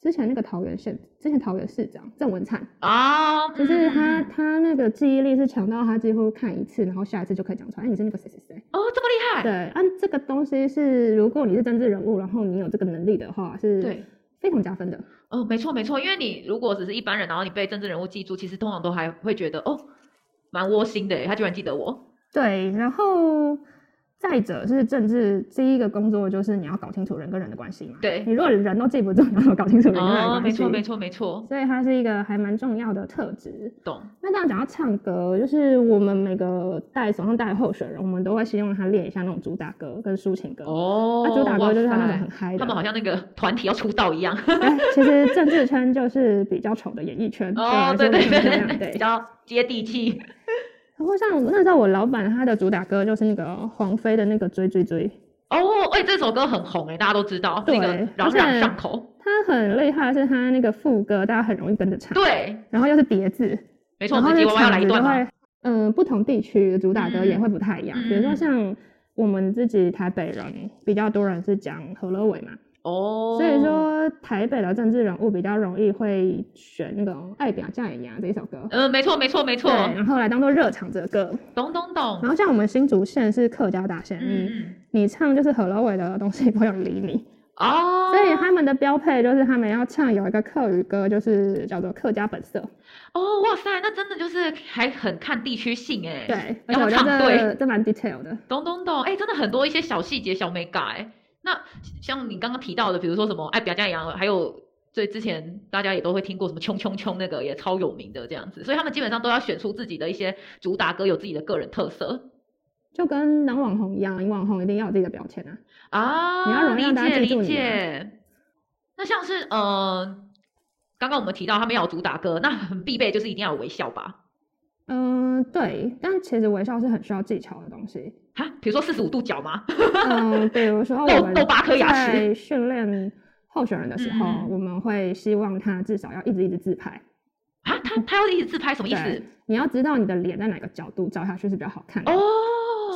之前那个桃园县，之前桃园市长郑文灿，
啊，
就是他、
嗯
他那个记忆力是强到他几乎看一次，然后下一次就可以讲出来。哎，你是那个谁谁谁？
哦这么厉害，
对，按、这个东西是，如果你是政治人物，然后你有这个能力的话，是
对。
非常加分的。
哦，没错没错，因为你如果只是一般人，然后你被政治人物记住，其实通常都还会觉得哦，蛮窝心的耶，欸他居然记得我。
对，然后再者是政治第一个工作就是你要搞清楚人跟人的关系嘛。
对
你如果人都记不住，你要怎么搞清楚人跟人的
哦，
关系？
没错没错没错，
所以它是一个还蛮重要的特质。
懂。
那这样讲到唱歌，就是我们每个带手上带的候选人，我们都会希望他练一下那种主打歌跟抒情歌。
哦
那、主打啊歌就是他
哇
那
塞
种很嗨的。
他们好像那个团体要出道一
[laughs]
样。
哎其实政治圈就是比较丑的演艺圈。
[laughs] 哦，对
对
对
就是这样
对，
对
比。较接地气。
然后像那时候我老板他的主打歌就是那个黄飞的那个追追追，
哦，哎，这首歌很红哎，大家都知道，那个
对
朗
而
朗
且
上口。
他很厉害的是他那个副歌大家很容易跟着唱，，
对，
然后又是叠字，
没错，
然后
自
那
己娃娃要来
场
一
子就
段吗？
会，嗯、不同地区的主打歌也
嗯
会不太一样，
嗯
比如
嗯
说
嗯
像我们自己台北人比较多人是讲何乐伟嘛，
哦，
所以说台北的政治人物比较容易会选那种《爱表嫁人呀》这一首歌。
嗯，没错没错没错
对，，然后来当做热场子的歌。
懂懂懂。
然后像我们新竹县是客家大县，
嗯
嗯，
嗯，
你唱就是何乐伟的东西，不 [laughs] 会有人理你。
哦，
所以他们的标配就是他们要唱有一个客语歌，就是叫做客家本色。
哦，哇塞，那真的就是还很看地区性哎。
对，，而且
要
我觉
唱
得这
对
这蛮 detail 的。
懂懂懂，哎、真的很多一些小细节、小美感、哎那像你刚刚提到的，比如说什么爱表家羊，还有最之前大家也都会听过什么冲冲冲那个也超有名的这样子，所以他们基本上都要选出自己的一些主打歌，有自己的个人特色
就跟男网红一样，女网红一定要有自己的标签啊。
啊。
你要容让大家
理
记
解
住
理
你啊
解。那像是呃，刚刚我们提到他们要有主打歌，那很必备就是一定要有微笑吧？
嗯、对。但其实微笑是很需要技巧的东
[laughs]
西。
哈，比如说四十五度角吗？
嗯、比如说
露
我们
露八颗牙齿
在训练候选人的时候，
嗯嗯
我们会希望他至少要一直一直自拍。
啊，他他要一直自拍什么意思
对？你要知道你的脸在哪个角度照下去是比较好看的。
哦，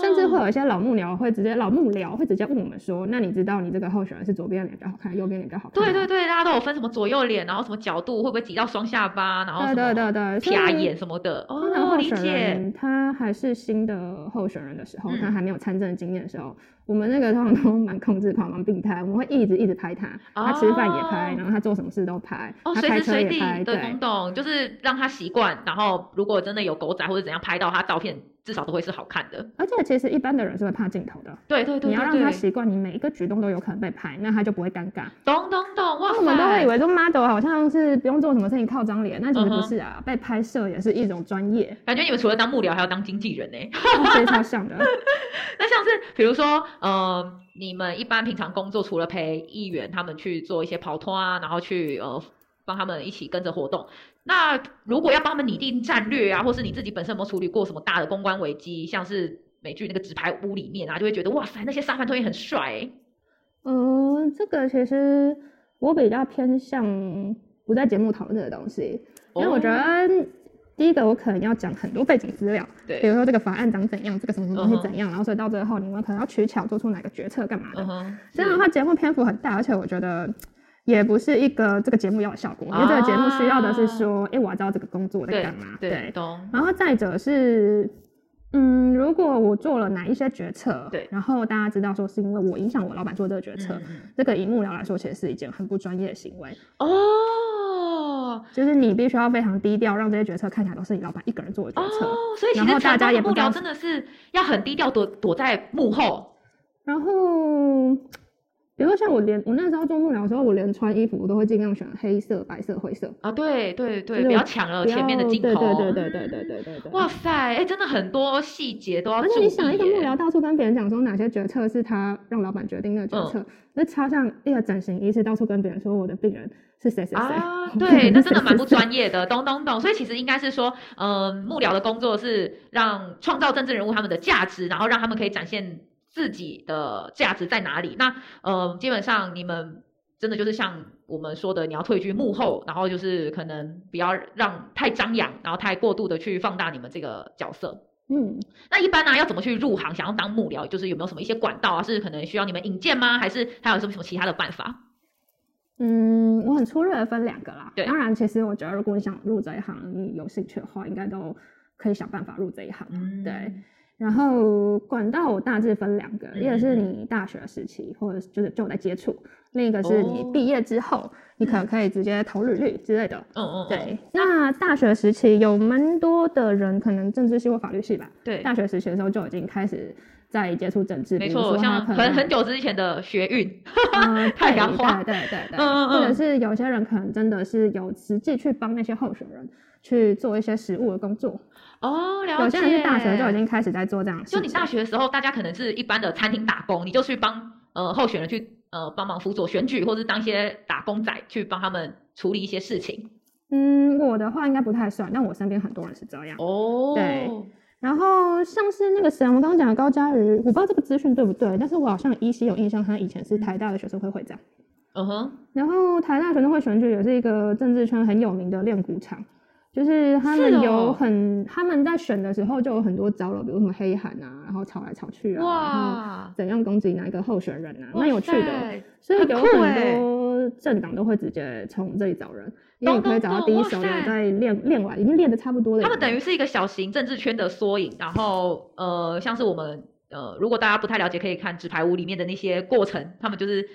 甚至会有一些老幕僚会直接老幕僚会直接问我们说，那你知道你这个候选人是左边的脸比较好看，右边脸比较好看吗？
对对对，大家都有分什么左右脸，然后什么角度，会不会挤到双下巴，然后什么
对对对对，所
撇
以
眼什么的。
通常
哦，
候
理
选
解。
人他还是新的候选人的时候，他
嗯
还没有参政经验的时候，我们那个通常都蛮控制狂、蛮病态，我们会一直一直拍他，他吃饭也拍
哦，
然后他做什么事都拍，
哦，
他
随
开
时
车
随
也
地
拍，
对，懂
对
懂，就是让他习惯。然后如果真的有狗仔或者怎样拍到他照片，至少都会是好看的。
而且其实一般的人是会怕镜头的，
对对对，
你要让
对
他
对
习惯你每一个举动都有可能被拍，那他就不会尴尬。
懂懂懂，哇
那
塞，
我们都会以为说 model 好像是不用做什么事情靠张脸，但其实
嗯
不
哼
是啊，被拍摄也是一种专业，
感觉你们除了当幕僚，还要当经纪人呢、
其实超像
[laughs]
的。
那像是比如说，呃，你们一般平常工作除了陪议员他们去做一些跑团啊，然后去呃帮他们一起跟着活动，那如果要帮他们拟定战略啊，或是你自己本身有没有处理过什么大的公关危机，像是美剧那个纸牌屋里面啊，就会觉得哇塞，那些沙盘推演很帅、欸，
嗯，这个其实我比较偏向不在节目讨论这个东西，因为我觉
哦
得第一个我可能要讲很多背景资料，比
对，
如说这个法案长怎样，这个什么什么东
嗯
西
哼
怎样，然后所以到最后你们可能要取巧做出哪个决策干嘛的
嗯。哼，
这样的话节目篇幅很大，而且我觉得。也不是一个这个节目要的效果，因为这个节目需要的是说，哎、我要知道这个工作在
对
干嘛，
啊对，懂，
然后再者是，嗯，如果我做了哪一些决策，
对
然后大家知道说是因为我影响我老板做这个决策，
嗯嗯
这个以幕僚来说，其实是一件很不专业的行为，
哦
就是你必须要非常低调，让这些决策看起来都是你老板一个人做的决策。
哦，所以其
然
实
后大
传
家
统
也
的
不
幕
知道
僚真的是要很低调，躲躲在幕后。
然后，比如说像我连我那时候做幕僚的时候，我连穿衣服我都会尽量选黑色、白色、灰色，
啊，对对
就
对，
是
不要
我
抢了
不
哦前面的
要
镜
对
头。
对对对对对对对对。
哇塞，哎、真的很多细节都要
而
注
且
意
你
耶。
想，一个幕僚到处跟别人讲说哪些决策是他让老板决定的决策，
嗯
那、超像一个整形医师到处跟别人说我的病人是谁谁谁。 [laughs]
啊，
我
对，
们
那
是
真的蛮不
是
专
[laughs]
业的， [laughs] 懂懂懂。所以其实应该是说，嗯、幕僚的工作是让创造政治人物他们的价值，然后让他们可以展现自己的价值在哪里。那呃，基本上你们真的就是像我们说的，你要退居幕后，然后就是可能不要让太张扬，然后太过度的去放大你们这个角色。
嗯，
那一般呢、要怎么去入行？想要当幕僚，就是有没有什么一些管道啊？是可能需要你们引荐吗？还是还有什么什么其他的办法？
嗯，我很粗略的分两个啦。
对
当然，其实我觉得如果你想入这一行，你有兴趣的话，应该都可以想办法入这一行。
嗯
对，然后管道我大致分两个，
嗯
一个是你大学时期或者就是就有在接触，另一个是你
哦
毕业之后，你可能可以直接投履历之类的。
嗯嗯，嗯
对，那大学时期有蛮多的人，可能政治系或法律系吧，
对。
大学时期的时候就已经开始在接触政治，
没
比如
错，
说他
像
可
很 [laughs]
能
很久之前的学运，
呃
[laughs] 太阳
对
花
对对对
嗯嗯嗯
或者是有些人可能真的是有实际去帮那些候选人去做一些实务的工作，
哦，了解。
有些人是大学就已，经开始在做这样的事
就
情。
你大学的时候，大家可能是一般的餐厅打工，你就去帮呃候选人去呃帮忙辅佐选举，或是当一些打工仔去帮他们处理一些事情。
嗯，我的话应该不太算，但我身边很多人是这样。
哦
对然后像是那个谁，我们刚刚讲的高佳瑜，我不知道这个资讯对不对，但是我好像依稀有印象，他以前是台大的学生会会长。
嗯哼，
然后台大学生会选举也是一个政治圈很有名的练鼓场，就是他
是
们
哦
有很、他们在选的时候就有很多招了，比如什么黑函啊，然后吵来吵去啊，然后
哇，
怎样攻击哪一个候选人啊，蛮有趣的。
哇塞，
所以
很
有
酷
很
欸
多政党都会直接从这里找人，因为你
懂
可以
懂
找到
懂
第一
哇
手有
塞
在练练完已经练的差不多的人。
他们等于是一个小型政治圈的缩影。然后呃，像是我们呃，如果大家不太了解，可以看《纸牌屋》里面的那些过程，他们就是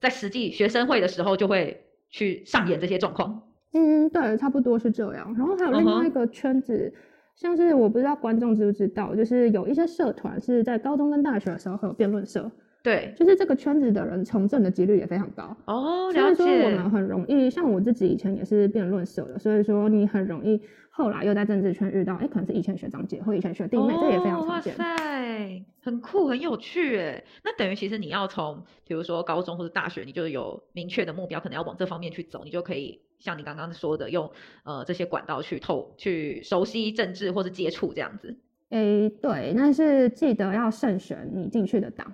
在实际学生会的时候就会去上演这些状况。
嗯，对，差不多是这样。然后还有另
嗯
外
哼
一个圈子像是我不知道观众知不知道，就是有一些社团是在高中跟大学的时候会有辩论社，
对，
就是这个圈子的人从政的几率也非常高。
哦，
所
了
以说我
解。
们很容易，像我自己以前也是辩论社的，所以说你很容易后来又在政治圈遇到，哎，可能是以前学长姐或以前学弟妹，这也非常
哦
常见。
哇塞，很酷，很有趣诶。那等于其实你要从，比如说高中或者大学，你就有明确的目标，可能要往这方面去走，你就可以像你刚刚说的，用呃这些管道去透去熟悉政治或是接触这样子。
哎，对，但是记得要慎选你进去的党，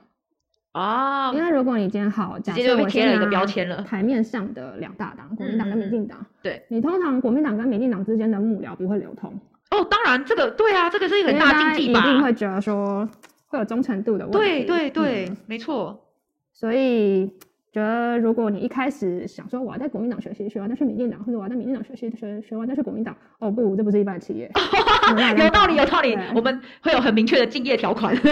哦
因，为如果你今天好，
直
假
接就
设
被
我
贴
先
了一个
拿
标签了嗯
台面上的两大党，国民党跟民进党。
对
你通常国民党跟民进党之间的幕僚不会流通，
哦，当然这个对啊，这个是一个
因
很
为
大
大
禁忌
家一定
吧？
会觉得说会有忠诚度的问题。
对对对，
嗯
没错。
所以觉得如果你一开始想说我要在国民党学习，学完再去民进党，或者我要在民进党学习，学学完再去国民党，哦不，这不是一般的企
[laughs]
业，没办法
有道理，有道理
对，
我们会有很明确的敬业条款。 [laughs]
就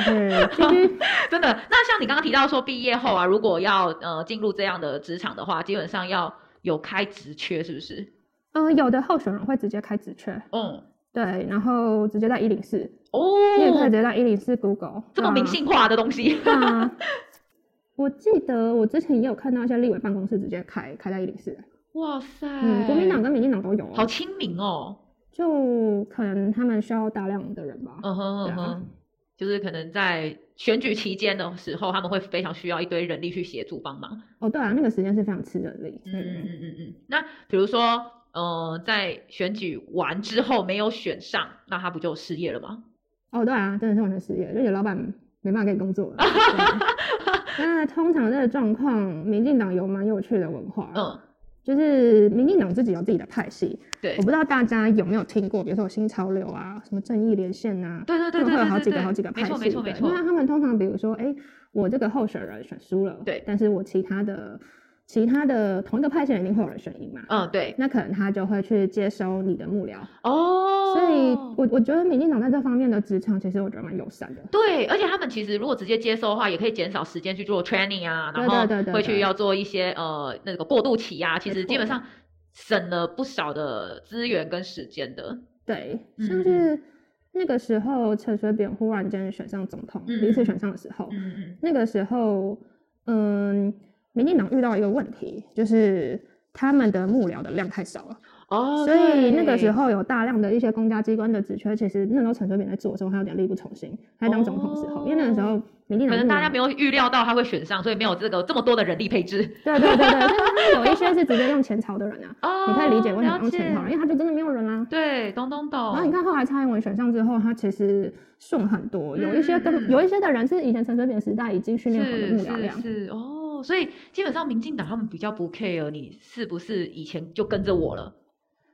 是 [laughs] 必须
真的，那像你刚刚提到说，毕业后啊，如果要呃进入这样的职场的话，基本上要有开职缺，是不是？
嗯，有的候选人会直接开职缺，
嗯，
对，然后直接在一零四，你也可以直
哦，
接在一零四 Google，
这么
那
明性化的东西，
那我记得我之前也有看到一些立委办公室直接开开在一零四，
哇塞，
嗯，国民党跟民进党都有哦、
好亲民哦，
就可能他们需要大量的人吧。
嗯哼
对啊
嗯哼，就是可能在选举期间的时候，他们会非常需要一堆人力去协助帮忙。
哦，对啊，那个时间是非常吃人力。
嗯嗯
嗯，
嗯嗯嗯。那比如说，呃，在选举完之后没有选上，那他不就失业了吗？
哦，对啊，真的是完全失业，而且老板没办法给你工
[laughs]
作了。对那通常这个状况，民进党有蛮有趣的文化，
嗯，
就是民进党自己有自己的派系，
对
我不知道大家有没有听过，比如说有新潮流啊，什么正义连线啊，
对对对
他
对
们会有
对
好
对
几个
对
好几个派
没
系
错
的，
没错没错
因为他们通常比如说，哎，我这个候选人选输了，
对
但是我其他的其他的同一个派系人一定会有人选赢嘛，
嗯，对，
那可能他就会去接收你的幕僚，
哦，
所以我我觉得民进党在这方面的职场，其实我觉得蛮友善的。
对，而且他们其实如果直接接收的话，也可以减少时间去做 training 啊，
对对
然后
对对
会
对
去要做一些呃那个过渡期啊，其实基本上省了不少的资源跟时间的。
对，
嗯
像是那个时候陈水扁忽然间选上总统，第一次选上的时候，
嗯嗯
那个时候，嗯，民进党遇到一个问题，就是他们的幕僚的量太少了，
哦，
所以那个时
对
候有大量的一些公家机关的职缺，其实那时候陈水扁在做的时候，他有点力不从心，他在当总统的时候，因为那个时候民进党
哦可能
幕
大家
僚
没有预料到他会选上，所以没有这个这么多的人力配置。
对对对对，但是他有一些是直接用钱炒的人啊，
[laughs] 哦，
你可以理解为什么
了
用钱
解
炒人，因为他就真的没有人啦、
对，懂懂懂。
然后你看后来蔡英文选上之后，他其实顺很多，有一些根
嗯嗯
本有一些的人是以前陈水扁时代已经训练好的
是
幕僚
是
量。
是哦，所以基本上民进党他们比较不 care 你是不是以前就跟着我了，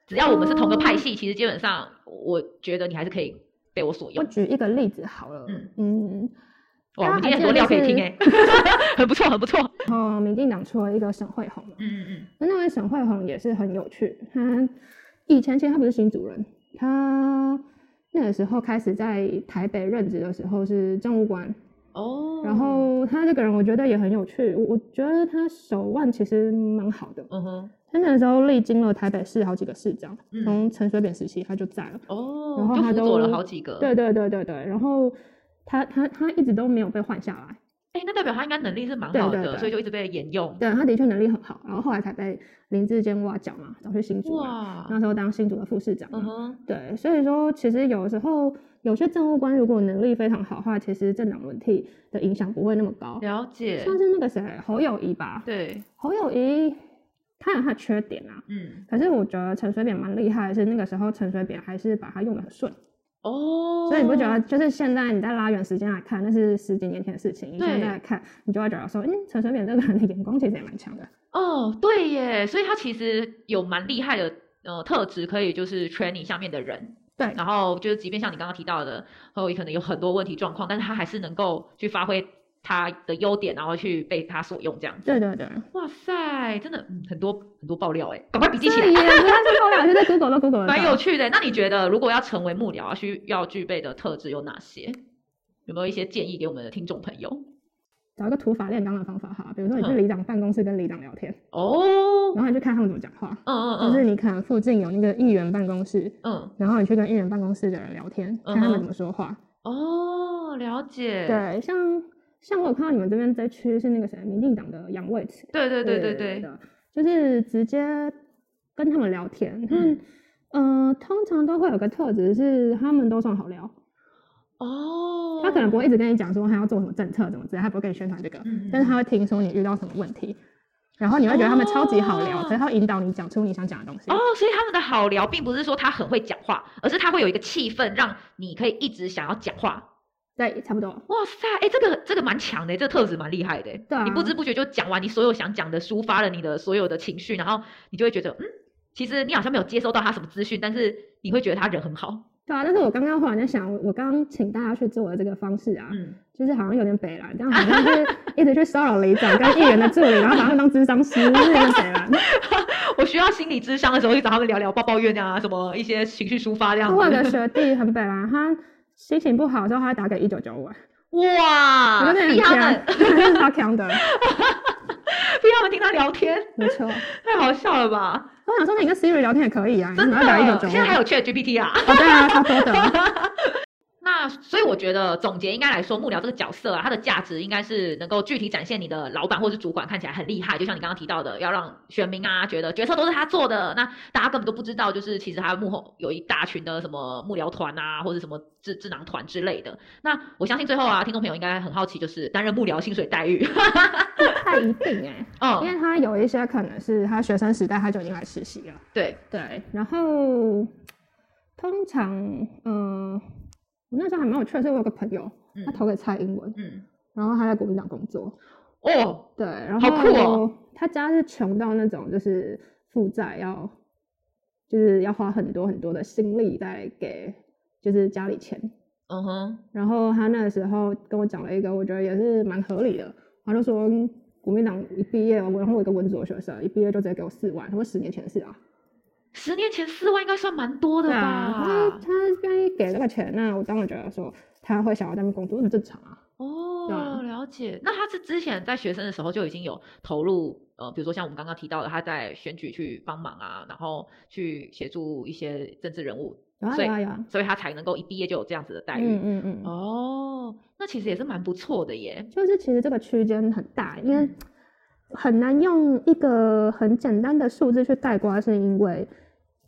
只要我们是同个
哦
派系，其实基本上我觉得你还是可以被我所
我
用。
举一个例子好了，嗯，
哇，我们今
大家
天很多料可以听哎、
[laughs]
很不错很不错。
然后民进党出了一个沈惠宏嘛，
嗯嗯
那那位沈惠宏也是很有趣，他以前其实他不是新主人，他那个时候开始在台北任职的时候是政务官，
嗯，哦，
然后他这个人我觉得也很有趣，我我觉得他手腕其实蛮好的，
嗯哼，
他那个时候历经了台北市好几个市长
嗯，
从陈水扁时期他就在了。
哦，
然后
就
他
辅佐了
都
好几个。
对，对对对对，然后他他他一直都没有被换下来，
哎、那代表他应该能力是蛮
对
好的，
对对
所以就一直被沿用。
对，他的确能力很好，然后后来才被林志坚挖角嘛，找去新竹嘛，
哇，
那时候当新竹的副市长嘛，
嗯哼，
对，所以说其实有时候有些政务官如果能力非常好的话，其实政党轮替的影响不会那么高。
了解。
像是那个谁侯友谊吧，
对，
侯友谊他有他的缺点啊，
嗯，
可是我觉得陈水扁蛮厉害的是，那个时候陈水扁还是把他用的很顺。
哦，
所以你不觉得就是现在你在拉远时间来看，那是十几年前的事情，你现
对
在来看，你就会觉得说，嗯，陈水扁这个人的眼光其实也蛮强的。
哦，对耶，所以他其实有蛮厉害的呃特质，可以就是 training 下面的人。
对
然后就是即便像你刚刚提到的，后可能有很多问题状况，但是他还是能够去发挥他的优点，然后去被他所用这样子。
对对对，
哇塞，真的、嗯、很多很多爆料哎，赶快笔记起
这
来
也，不是爆料，现在 Google 都 Google 得
蛮
到
有趣的。那你觉得如果要成为幕僚啊，需要具备的特质有哪些？有没有一些建议给我们的听众朋友？
找一个土法炼钢的方法哈，比如说你去
嗯
里长办公室跟里长聊天，
哦，
然后你去看他们怎么讲话，
嗯
就
嗯
是
嗯
你可能附近有那个议员办公室，
嗯，
然后你去跟议员办公室的人聊天，看他
嗯哼
们怎么说话。
哦，了解。
对，像像我有看到你们这边这区是那个谁，民进党的杨卫慈，
对对对对
对
对，
的，就是直接跟他们聊天。他们、
嗯
呃，通常都会有个特质是，他们都算好聊。
哦，
他可能不会一直跟你讲说他要做什么政策怎么之类，他不会跟你宣传这个，
嗯，嗯
但是他会听说你遇到什么问题，然后你会觉得他们超级好聊，
哦
所以他会引导你讲出你想讲的东西。
哦，所以他们的好聊，并不是说他很会讲话，而是他会有一个气氛，让你可以一直想要讲话。
对，差不多。
哇塞，哎、这个这个蛮强的，这个特质蛮厉害的。
对啊
你不知不觉就讲完你所有想讲的，抒发了你的所有的情绪，然后你就会觉得，嗯，其实你好像没有接收到他什么资讯，但是你会觉得他人很好。
对啊，但是我刚刚忽然在想，我我刚刚请大家去做的这个方式啊，
嗯，
就是好像有点北蓝，这样好像是一直去骚扰雷长跟议员的助理，然后把他们当智商师，就是有点北蓝。
[laughs] 我需要心理智商的时候，去找他们聊聊抱抱怨啊，什么一些情绪抒发这样
[laughs] 我有个
[laughs] 子。
学弟很北蓝，他心情不好的时候，他会打给一九九五，啊
哇，
我觉得很
逼他们
强，，真的超强的，
逼他们听他聊天，
没错。
太好笑了吧？
我想说，你跟 Siri 聊天也可以啊，你
真
怎么要打一九
的，
九五？
现在还有 Chat GPT 啊。
哦，对啊，超多的。
[laughs] 那所以我觉得总结应该来说，幕僚这个角色啊，它的价值应该是能够具体展现你的老板或是主管看起来很厉害，就像你刚刚提到的，要让选民啊觉得决策都是他做的，那大家根本都不知道，就是其实他幕后有一大群的什么幕僚团啊，或者什么智智囊团之类的。那我相信最后啊，听众朋友应该很好奇，就是担任幕僚薪水待遇。 [laughs]
太一定哎、因
嗯，
为他有一些可能是他学生时代他就已经来实习了，
对，
对，然后通常，嗯、我那时候还蛮有趣的是，我有个朋友，他投给蔡英文，
嗯，
然后他在国民党工作，
哦，
对，然后
好酷哦
他家是穷到那种就是负债要，就是要花很多很多的心力在给就是家里钱。
嗯哼，
然后他那个时候跟我讲了一个，我觉得也是蛮合理的。他就说，嗯国民党一毕业，我然后我一个文组的学生一毕业就直接给我四万，他说十年前的事啊。
十年前四万应该算蛮多的吧？啊
他他愿意给这个钱，那我当然觉得说他会想要在那边工作很正常啊。
哦，
啊
了解。那他是之前在学生的时候就已经有投入，呃，比如说像我们刚刚提到的，他在选举去帮忙啊，然后去协助一些政治人物，
有啊
所以哎
有啊有啊，
所以他才能够一毕业就有这样子的待遇。
嗯嗯嗯，
哦，那其实也是蛮不错的耶。
就是其实这个区间很大，因为很难用一个很简单的数字去概括，是因为，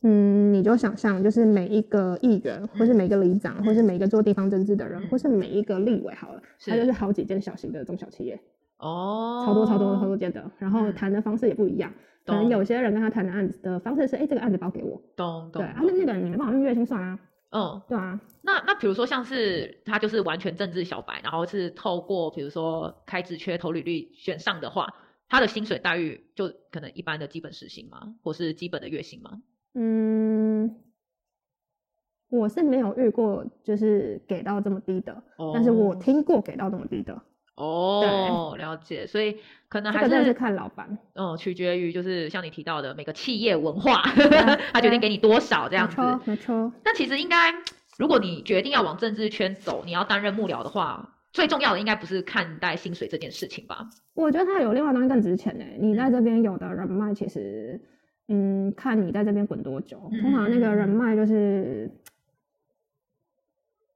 嗯，你就想象就是每一个议员，或是每个里长，或是每一个做地方政治的人，或是每一个立委，好了，
是
他就是好几间小型的中小企业，
哦，
超多超多超多间的，然后
嗯
谈的方式也不一样，可能
懂
有些人跟他谈的案子的方式是，哎，这个案子包给我，
懂
对
懂。
啊，那那个人你没办法用月薪算啊，
嗯，
对啊，
那那比如说像是他就是完全政治小白，然后是透过比如说开职缺投履历选上的话，他的薪水待遇就可能一般的基本时薪吗，或是基本的月薪吗？
嗯，我是没有遇过，就是给到这么低的，但是我
哦
听过给到这么低的，
哦，了解，所以可能
这
还
个真的
是
是看老板，
嗯，取决于就是像你提到的每个企业文化，
对
[laughs] 他决定给你多少这
没
样子。
错没错，
但其实应该，如果你决定要往政治圈走，你要担任幕僚的话，最重要的应该不是看待薪水这件事情吧？
我觉得他有另外东西更值钱呢、你在这边有的人脉，其实，嗯，看你在这边滚多久，
嗯
通常那个人脉就是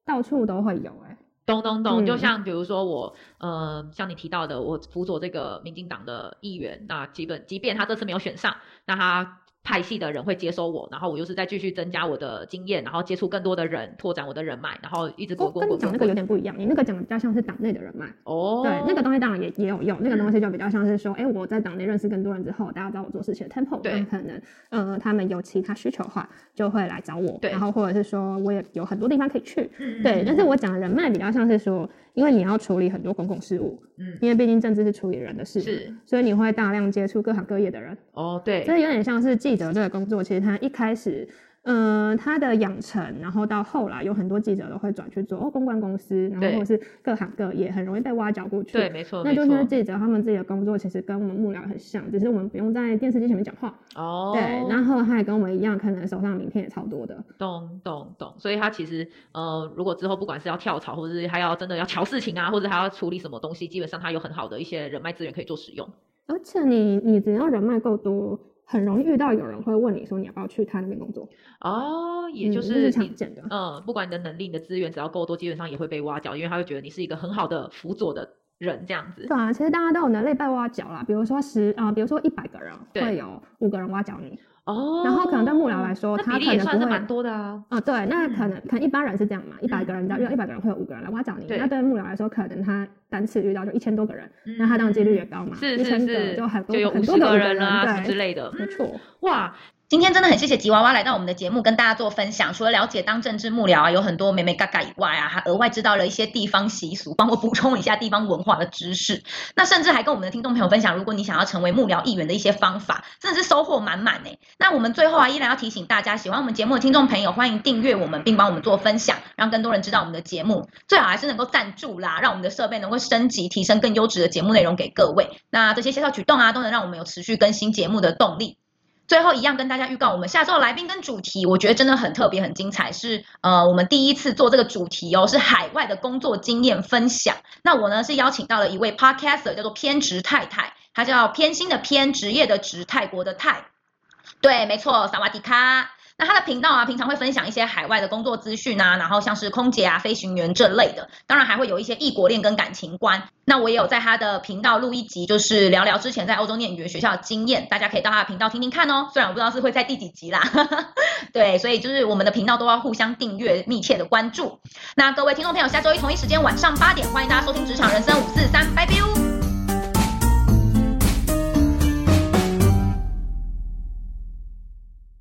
到处都会有、哎，
懂懂懂，就
嗯
像比如说我，呃，像你提到的，我辅佐这个民进党的议员，那基本即便他这次没有选上，那他派系的人会接收我，然后我又是再继续增加我的经验，然后接触更多的人，拓展我的人脉，然后一直
我
滚
哦
滚
跟你讲
滚滚
那个有
滚。
点不一样，你那个讲的比较像是党内的人脉，
哦，
对，那个东西当然也也有用，那个东西就比较像是说，哎、我在党内认识更多人之后，大家知道我做事情的 tempo，
对
那可能呃他们有其他需求的话，就会来找我，
对
然后或者是说我也有很多地方可以去，
嗯
对，但是我讲的人脉比较像是说，因为你要处理很多公共事务，
嗯
因为毕竟政治是处理人的事，
是，
所以你会大量接触各行各业的人，
哦，对，
所以有点像是记者这个工作，其实他一开始。嗯，他的养成，然后到后来有很多记者都会转去做哦公关公司，然后
对
或者是各行各业，很容易被挖角过去。
对，没错，
那
没
就
错
是记者他们自己的工作其实跟我们幕僚很像，只是我们不用在电视机前面讲话。
哦，
对，然后他也跟我们一样，可能手上的名片也超多的。
懂懂懂，所以他其实呃，如果之后不管是要跳槽，或者是他要真的要瞧事情啊，或者他要处理什么东西，基本上他有很好的一些人脉资源可以做使用。
而且你你只要人脉够多，很容易遇到有人会问你说你要不要去他那边工作，
哦，也
嗯
就
这
是你
常见的。
嗯、不管你的能力、你的资源只要够多，基本上也会被挖角，因为他会觉得你是一个很好的辅佐的人这样子。
对啊，其实大家都有能力被挖角啦。比如说十啊、比如说一百个人
对
会有五个人挖角你
哦，
然后可能对幕僚来说
那
他
比例
可
也
能
算
不
是
会
蛮多的啊。
啊、对，那可能、可能一般人是这样嘛，一百
嗯
个人只要遇到一百个人会有五个人来挖角你。
对
那对幕僚来说，可能他单次遇到就一千多个人，
嗯
那他当然几率也高嘛，
是
一
是
千个
是，
就很多
有
很
五
多
十
个五
个
个
人啊什么
对，
之类的。
没
嗯
错，
哇，
今天真的很谢谢吉娃娃来到我们的节目，跟大家做分享。除了了解当政治幕僚啊，有很多美美嘎嘎以外啊，还额外知道了一些地方习俗，帮我补充了一下地方文化的知识。 [laughs] 那甚至还跟我们的听众朋友分享，如果你想要成为幕僚议员的一些方法，真的是收获满满呢。那我们最后啊，依然要提醒大家，喜欢我们节目的听众朋友，欢迎订阅我们，并帮我们做分享，让更多人知道我们的节目。最好还是能够赞助啦，让我们的设备能够升级，提升更优质的节目内容给各位。那这些小小举动啊，都能让我们有持续更新节目的动力。最后一样跟大家预告，我们下周的来宾跟主题，我觉得真的很特别、很精彩，是呃我们第一次做这个主题哦，是海外的工作经验分享。那我呢是邀请到了一位 podcaster，叫做偏执太太，她叫偏心的偏，职业的职，泰国的泰。对，没错，萨瓦迪卡。那她的频道啊，平常会分享一些海外的工作资讯啊，然后像是空姐啊、飞行员这类的，当然还会有一些异国恋跟感情观。那我也有在她的频道录一集，就是聊聊之前在欧洲念语言学校的经验，大家可以到她的频道听听看哦。虽然我不知道是会在第几集啦， [laughs] 对，所以就是我们的频道都要互相订阅、密切的关注。那各位听众朋友，下周一同一时间晚上八点，欢迎大家收听《职场人生五四三》，拜拜。